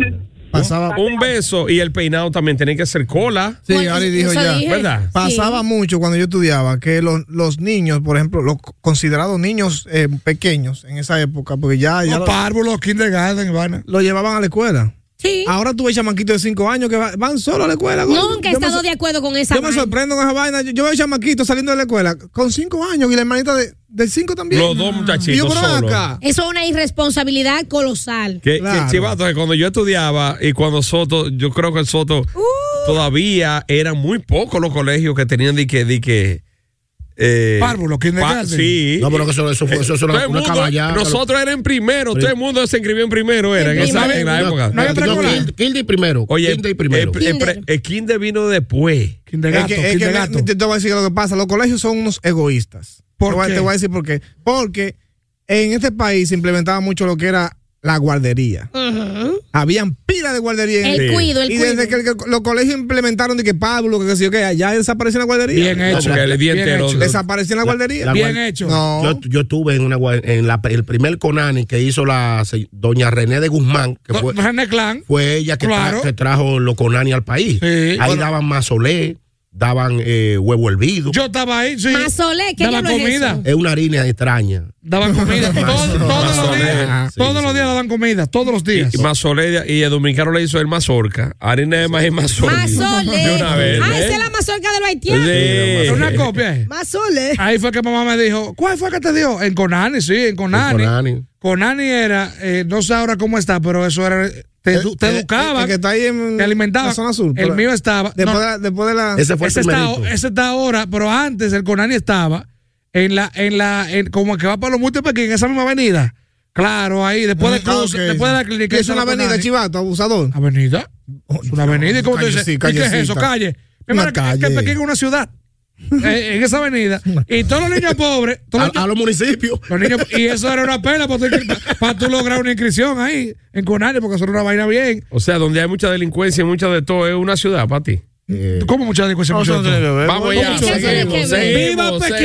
nada.
Pasaba,
Un beso y el peinado también tenía que ser cola.
sí,
Bueno,
Ari dijo
eso
ya.
dije.
¿Verdad?
Sí.
Pasaba mucho cuando yo estudiaba que los, los niños, por ejemplo, los considerados niños eh, pequeños en esa época, porque ya, ya
Los
lo,
párvulos, kindergarten, Ivana.
lo llevaban a la escuela.
Sí.
Ahora tuve chamaquitos de 5 años que va- van solo a la escuela. gordo.
Nunca he
Yo me
estado
sor-
de acuerdo con esa.
Yo me
vaina.
sorprendo con esa vaina. Yo, yo veo chamaquitos saliendo de la escuela con 5 años y la hermanita de 5 también.
Los dos
Y yo
muchachitos
por
solos.
acá.
Eso es una irresponsabilidad colosal.
Que, que
Claro.
chivato, que cuando yo estudiaba y cuando Soto, yo creo que el Soto
Uh.
todavía eran muy pocos los colegios que tenían de que. De que eh,
Párvulos, kindergarten.
pa- Sí.
No, pero que eso, eso, fue- eso, eso
Todo
era
el
una
mundo-
caballada.
nosotros eran en primero, todo el mundo se inscribió en primero, era en,
En
esa-
primero.
en la
No,
época.
no había
no,
precolar.
Kinder- Kinder primero.
Oye, eh,
Kinder primero.
el- el pre-
Kinder.
el kinder vino después.
Es
Kindergato,
que, es que
kindergato.
me- te, te voy a decir lo que pasa. Los colegios son unos egoístas.
¿Por
te, voy, a-
qué?
te voy a decir por qué. Porque en este país se implementaba mucho lo que era la guardería. Habían pilas de guardería. en-
El
Sí.
cuido, el
y
cuido.
desde que, que los colegios implementaron de que Pablo, que qué sé yo qué, ya desapareció la guardería.
Bien hecho.
porque el día
bien
entero-
hecho.
Desapareció la guardería.
la
Bien
guar-
hecho.
No.
Yo, yo estuve en una gua- en la, el primer Conani que hizo la se- doña René de Guzmán, que
Do-
fue,
René Clan.
fue ella que, tra-
Claro.
que trajo los Conani al país.
Sí.
Ahí
Bueno.
daban mazolé, daban eh, huevo hervido.
Yo estaba ahí, sí.
Mazolé, ¿qué
Daban
diablo es
comida.
eso?
Es una harina extraña.
Daban comida. Todo- todos los días.
Sí,
Todos
sí.
los días daban comida. Todos los días.
Y Mazolé, y el dominicano le hizo el mazorca. Harina de maíz y mazorca.
Mazole.
De una vez.
Ah, esa
¿eh?
es la mazorca del haitiano.
Sí.
Es una copia. eh.
Mazole.
Ahí fue que mamá me dijo, ¿cuál fue que te dio? En Conani, sí, en Conani.
En Conani.
Conani era, eh, no sé ahora cómo está, pero eso era, te, edu- te
Eh, eh,
educaban,
el que está ahí en
te alimentaban.
la zona sur.
el
pero-
mío estaba,
Después,
no,
de, la- después de la.
Ese fue el
ese, está,
primerito.
ese está ahora, pero antes el Conani estaba en la, en la, en- como que va para los múltiples aquí, en esa misma avenida. Claro, ahí, después de
Ah,
Cruz,
ok.
después de la
Y
clínica.
es una avenida, chivato, abusador.
¿Avenida? Ah, Es una avenida, ¿y cómo tú dices? ¿Y
Callecita,
qué es eso?
callecita.
Calle. Mi
Una
hermano, que- que
calle.
Pekín es una ciudad. Eh, en esa avenida. Y todos los niños pobres. todos los
A, a
niños-
los municipios.
los niños- y eso era una pena para tú, para tú lograr una inscripción ahí, en Conane, porque eso era una vaina bien.
O sea, donde hay mucha delincuencia y mucha de todo, es una ciudad para ti.
Eh,
¿Cómo muchas discusiones? mucho de todo?
Vamos allá,
¿Qué tiene
seguimos,
que ver?
seguimos,
¡Viva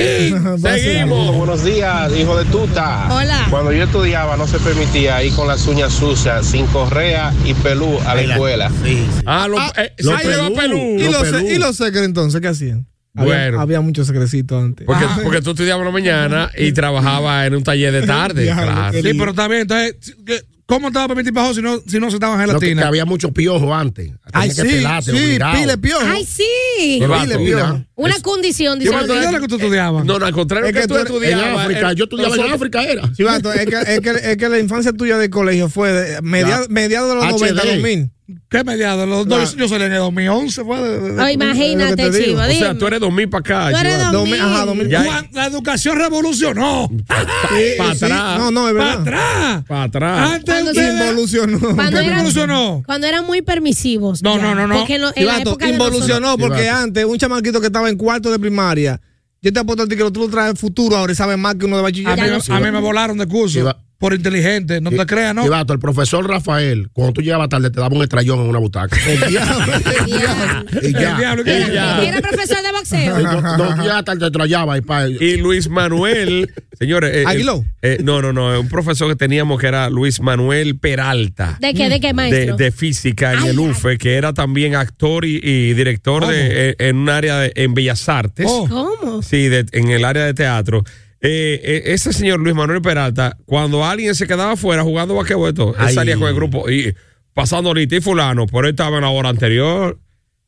Pekín!
se- seguimos.
Buenos días, hijo de tuta.
Hola.
Cuando yo estudiaba no se permitía ir con las uñas sucias, sin correa y pelú a la escuela.
Sí, sí.
Ah, lo, eh,
lo
ahí va
Perú.
Perú.
¿Y
Los
los,
pelú.
se- ¿Y los secretos entonces qué hacían? Había-
Bueno.
Había, muchos secrecitos antes.
Porque, porque tú estudiabas por la mañana y trabajabas en un taller de tarde.
Ya,
claro.
Sí, pero está bien. Entonces, ¿qué- ¿cómo estaba permitido bajo si no, si no se estaban
Lo que, que
gelatina?
había muchos piojos antes.
Ay,
Tenías que
sí,
pelarte,
sí,
obligado.
pile piojo.
Ay, sí.
Pero
Pile,
vato,
piojo.
Una condición,
¿Qué
dice.
más era lo que tú estudiabas?
No, no, al contrario
Es
que,
que
tú
tú eres-
En
estudiabas.
África,
eh,
yo estudiaba en
nosotros-
África, era.
Chivato, es que, es, que, es que la infancia tuya de colegio fue de media-
Ya.
mediados de los
HD.
90, 2000.
¿Qué mediado? Los, no, yo- yo salí en el 2011. Fue de- de- de-
Ay,
Es
imagínate,
lo que te digo.
chivo.
O sea,
dime.
tú eres 2000 para acá.
Tú eres
Giovanni.
2000.
ajá, 2000.
Ya,
Cuan- La educación revolucionó.
para
Sí,
atrás.
No, no, es
¡Para
verdad.
atrás!
Para atrás.
Antes
Cuando
de...
se
Involucionó.
Cuando
¿Qué
eran-
revolucionó?
Cuando eran muy permisivos.
No,
ya.
no, no, no.
Porque en, lo- en la
Chivato,
época de
involucionó
nosotros.
porque
Chivato.
antes un chamaquito que estaba en cuarto de primaria, yo te apuesto a ti que lo tú lo traes futuro ahora y sabes más que uno de
A mí,
bachiller.
me- a mí me volaron de curso
Iba-
por inteligente. No te creas, ¿no?
Chivato, el profesor Rafael, cuando tú llegabas tarde, te daba un estrellón en una butaca. y
El diablo, ¿qué?
Y ya.
nosotros. Era profesor de boxeo.
Y cuando- cuando tú llegabas tarde, te estrellaba y pa.
Y Luis Manuel, señores. eh,
Aguiló.
eh, no, no, no. Un profesor que teníamos que era Luis Manuel Peralta.
¿De qué, de qué,
de,
maestro?
de física en
Ay,
el
ay.
UFE, que era también actor y, y director de, eh, en un área de- en Bellas Artes.
Oh.
¿Cómo?
Sí, de- en el área de teatro. Eh, eh, ese señor Luis Manuel Peralta, cuando alguien se quedaba afuera jugando basquetbol, y todo, él
Ay.
salía con el grupo y pasando ahorita y fulano, pero él estaba en la hora anterior.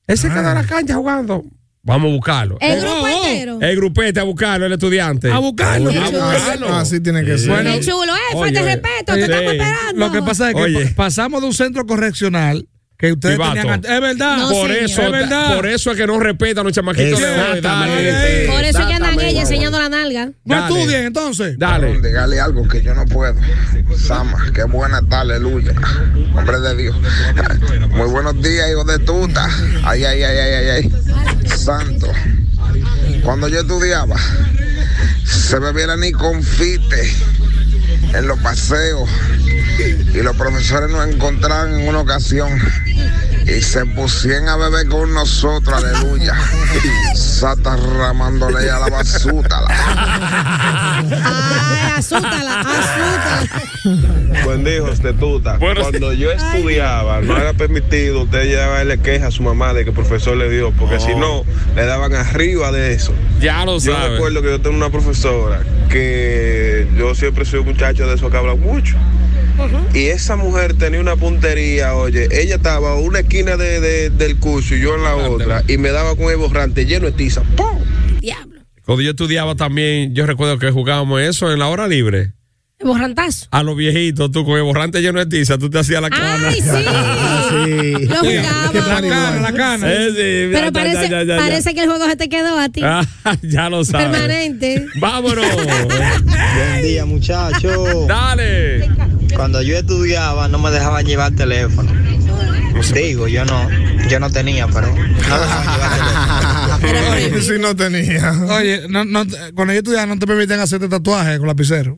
Él
Ah.
se quedó en la cancha jugando. Vamos a buscarlo.
El
Eh,
grupo entero.
El grupete a buscarlo, el estudiante.
A buscarlo. Ah,
A
Qué
buscarlo.
Así Ah, tiene que ser.
Bueno,
Qué chulo, eh, falta
Oye, eh,
de respeto, te
sí.
estamos esperando.
Lo que pasa es que
Oye.
pa- pasamos de un centro correccional que ustedes
Chivato.
tenían antes. Es verdad.
No,
e-
por
señor.
eso,
Es verdad.
por eso es que no respetan a los chamaquitos de hoy. Dale,
Exactamente.
Por eso es que andan
Exactamente.
ella enseñando la nalga.
No
Dale.
estudien, entonces.
dale.
Dígale algo que yo no puedo. Sama, qué buena tal, aleluya. Hombre de Dios. Muy buenos días, hijo de tuta. Ay, ay, ay, ay, ay, ay. Santo. Cuando yo estudiaba, se bebiera ni confite en los paseos. Y los profesores nos encontraban en una ocasión. Y se pusieron a beber con nosotros, aleluya. Sata ramándole a la basuta.
Ay, azútala, azútala.
Buen día, hijos de tuta.
Buenos
Cuando yo estudiaba, no era permitido usted llevarle queja a su mamá de que el profesor le dio, porque si no, le daban arriba de eso.
Oh. Ya lo
Yo
sabes.
recuerdo que yo tengo una profesora que yo siempre soy un muchacho de eso que habla mucho. Y esa mujer tenía una puntería, oye, ella estaba a una esquina de- de- del curso y yo en la otra, y me daba con el borrante lleno de tiza. ¡Pum!
Diablo.
Cuando yo estudiaba también, yo recuerdo que jugábamos eso en la hora libre.
Borrantazo.
A los viejitos, tú con el borrante lleno de tiza, tú te hacías
Ah,
la cana.
Ay, sí. Lo
La
jugaba.
cana, la cana.
Eh, sí, ya, ya,
Pero parece,
ya, ya, ya.
parece que el juego se te quedó a ti.
Ah, ya lo sabes.
Permanente.
Vámonos.
Buen día, muchachos.
Dale.
Cuando yo estudiaba no me dejaban llevar teléfono. Digo, yo no, yo no tenía, pero no dejaban llevar
Si no tenía.
Oye, no, no, te- cuando yo estudiaba no te permiten hacerte tatuajes con lapicero.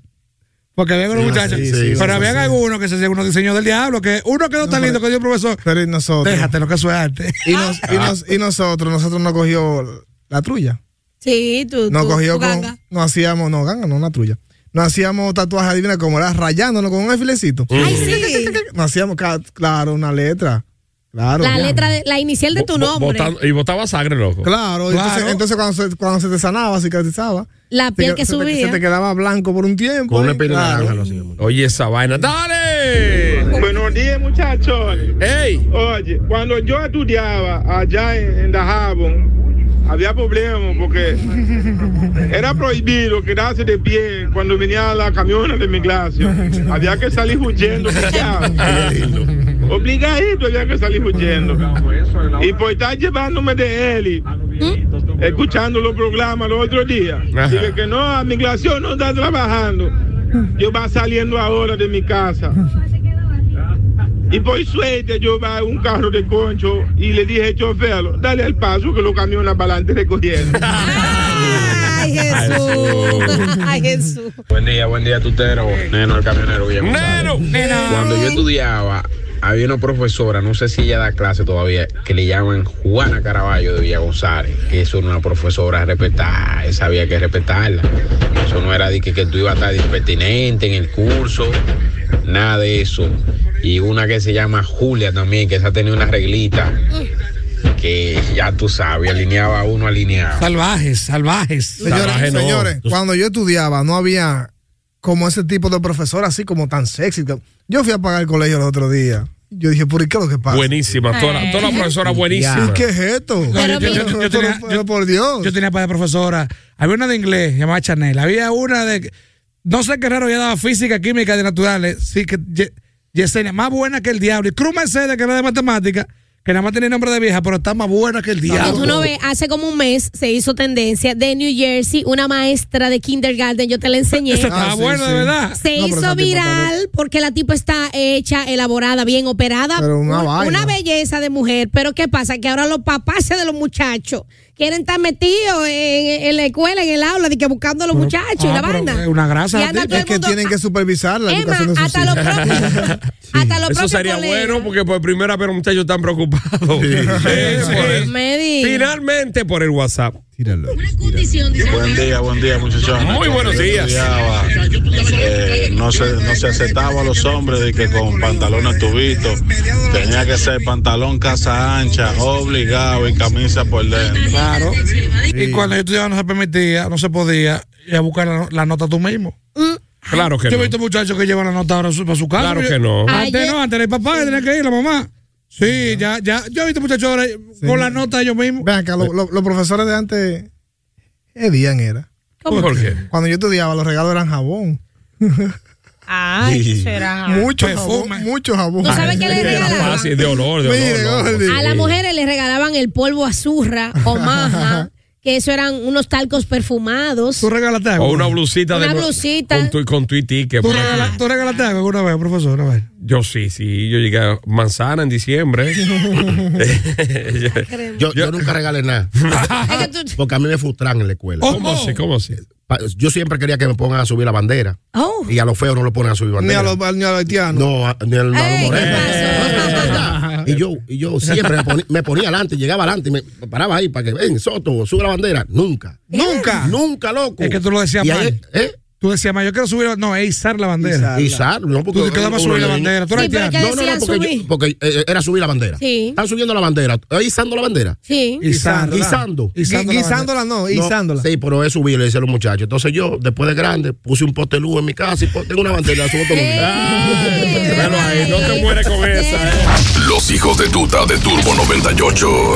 Porque habían unos muchachos.
sí, sí,
pero
sí,
habían
sí.
algunos que se hacían unos diseños del diablo. que Uno que no está lindo, que dio el profesor.
Pero y nosotros.
Déjate lo que eso es arte.
Y, nos- y nos- y nosotros, nosotros no cogió la trulla.
Sí, tú.
Nos
tú,
cogió
tú
con.
ganga.
No hacíamos, no, ganga, no, una trulla. Nos hacíamos tatuajes, adivina cómo era, rayándonos con un alfilecito.
Ay, sí.
Nos hacíamos, ca- claro, una letra. Claro.
La
Ya.
letra, de, la inicial de tu
Bo- bo-
nombre.
botando- y botaba sangre, loco.
Claro,
Claro.
Entonces, entonces cuando, se, cuando se te sanaba, cicatrizaba.
La
se
piel
que-
que
se te-
subía.
Se te quedaba blanco por un tiempo.
Con una
¿eh?
espina
Claro.
naranja lo hacíamos.
Oye, esa vaina. ¡Dale!
Buenos días, muchachos.
¡Ey!
Oye, cuando yo estudiaba allá en, en Dajabón, había problemas porque era prohibido quedarse de pie cuando venía la camiona de mi clase. Había que salir huyendo. obligado. Obligadito había que salir huyendo. Y por estar llevándome de él,
escuchando los programas los otros días.
Ajá.
Dije que no, migración no está trabajando. Yo va saliendo ahora de mi casa. Y por suerte yo va un carro de concho y le dije, choferlo, dale al paso que los camiones para adelante recogieron.
Ay, Jesús. Ay, Jesús.
Buen día, buen día, tutero. Neno, el camionero Guillermo.
Neno,
González.
neno.
Cuando yo estudiaba, había una profesora, no sé si ella da clase todavía, que le llaman Juana Caraballo de Villa González. Que eso era una profesora respetada, esa había que respetarla. Eso no era de que, que tú ibas a estar impertinente en el curso, nada de eso. Y una que se llama Julia también, que esa tenía una reglita que ya tú sabes, alineaba uno alineado.
Salvajes, salvajes.
Señores, señores, cuando yo estudiaba no había como ese tipo de profesor así como tan sexy. Yo fui a pagar el colegio el otro día. Yo dije, ¿por qué es lo que pasa?
Buenísima, toda la- toda la profesora buenísima.
¿Y qué es esto?
No, yo- yo- yo- yo tenía- yo- Yo tenía para de profesora. Había una de inglés, llamada Chanel. Había una de. No sé qué raro, ella daba física, química de naturales. Sí, que. Ye- Yesenia, más buena que el diablo. Y Cruz Mercedes, que era de matemática, que nada más tenía nombre de vieja, pero está más buena que el
Y
diablo.
tú no ves, hace como un mes se hizo tendencia de New Jersey, una maestra de kindergarten, yo te la enseñé.
Eso estaba Ah, sí, bueno, de sí. verdad.
Se
No, pero esa
hizo
tipa
viral porque la tipa está hecha, elaborada, bien operada.
Pero una
Un-
vaina.
una belleza de mujer. Pero ¿qué pasa? Que ahora los papás de los muchachos quieren estar metidos en, en la escuela, en el aula, de que buscando a los muchachos
ah,
y la vaina. Y anda todo el
Es que
mundo-
tienen que supervisar la
Emma,
educación de sus
hasta
hijos.
los propios- hasta los
Eso
propios
sería
colegas.
bueno porque por primera vez los muchachos están preocupados. Sí, por el-
Medi.
Finalmente por el WhatsApp.
Buen día, buen día, muchachos.
Muy buenos días.
Eh, no, se, no se aceptaba a los hombres de que con pantalones tubitos tenía que ser pantalón casa ancha, obligado y camisa por dentro.
Claro. Y cuando yo estudiaba no se permitía, no se podía ir a buscar la, la nota tú mismo.
Claro que no.
yo he visto muchachos que llevan la nota ahora a su, para su casa.
Claro
Yo-
que no.
Antes no, antes era el papá, tenía que ir la mamá. Sí, ya, ya. Yo he visto muchachos ahora eh, con la nota ellos mismos.
Ven acá, lo- lo- los profesores de antes, ¿qué días era?
¿Cómo? ¿Por qué?
Cuando yo estudiaba, los regalos eran jabón.
Ay, será.
Mucho jabón. Mucho jabón.
¿Tú sabes qué le regalaban?
Fácil, de olor, de olor.
Mire,
no.
Gordy.
A las mujeres les regalaban el polvo azurra o maja, que eso eran unos talcos perfumados.
¿Tú regalaste algo?
O una blusita de
Una blusita.
Con tu, con tu itique,
¿Tú,
por ejemplo.
regala- tú regalaste algo alguna vez, profesor? Una vez.
Yo sí, sí. Yo llegué a Manzana en diciembre.
Yo, yo nunca regalé nada. Porque a mí me frustran en la escuela.
¿Cómo así? ¿Cómo así?
Pa- Yo siempre quería que me pongan a subir la bandera.
oh,
Y a los feos no lo ponen a subir
Ni
bandera.
a los, ni a los haitianos.
No, a- ni a los morenos. Y yo, y yo siempre me ponía, me ponía adelante, llegaba adelante y me paraba ahí para que ven, Soto, sube la bandera. Nunca.
Nunca.
Nunca, loco.
Es que tú lo decías
Y
mal.
ahí- ¿eh?
Tú decías mal, yo quiero subir. No, es izar la bandera.
Izar, no, porque- eh,
Tú te quedabas subir la bandera. Tú eres
Sí, pero
haitiano.
No, no, no, porque, yo- porque, eh, era subir la bandera.
Sí.
Están subiendo la bandera. ¿Eh, izando la bandera?
Sí.
Izando. Izando.
Gui- Guisándola, no, izándola.
sí, pero es subir, le dicen los muchachos. Entonces yo, después de grande, puse un poste luz en mi casa y po- tengo una bandera, la subo todo el mundo.
Velo ahí, no te mueres con esa, eh.
Los hijos de tuta de Turbo 98.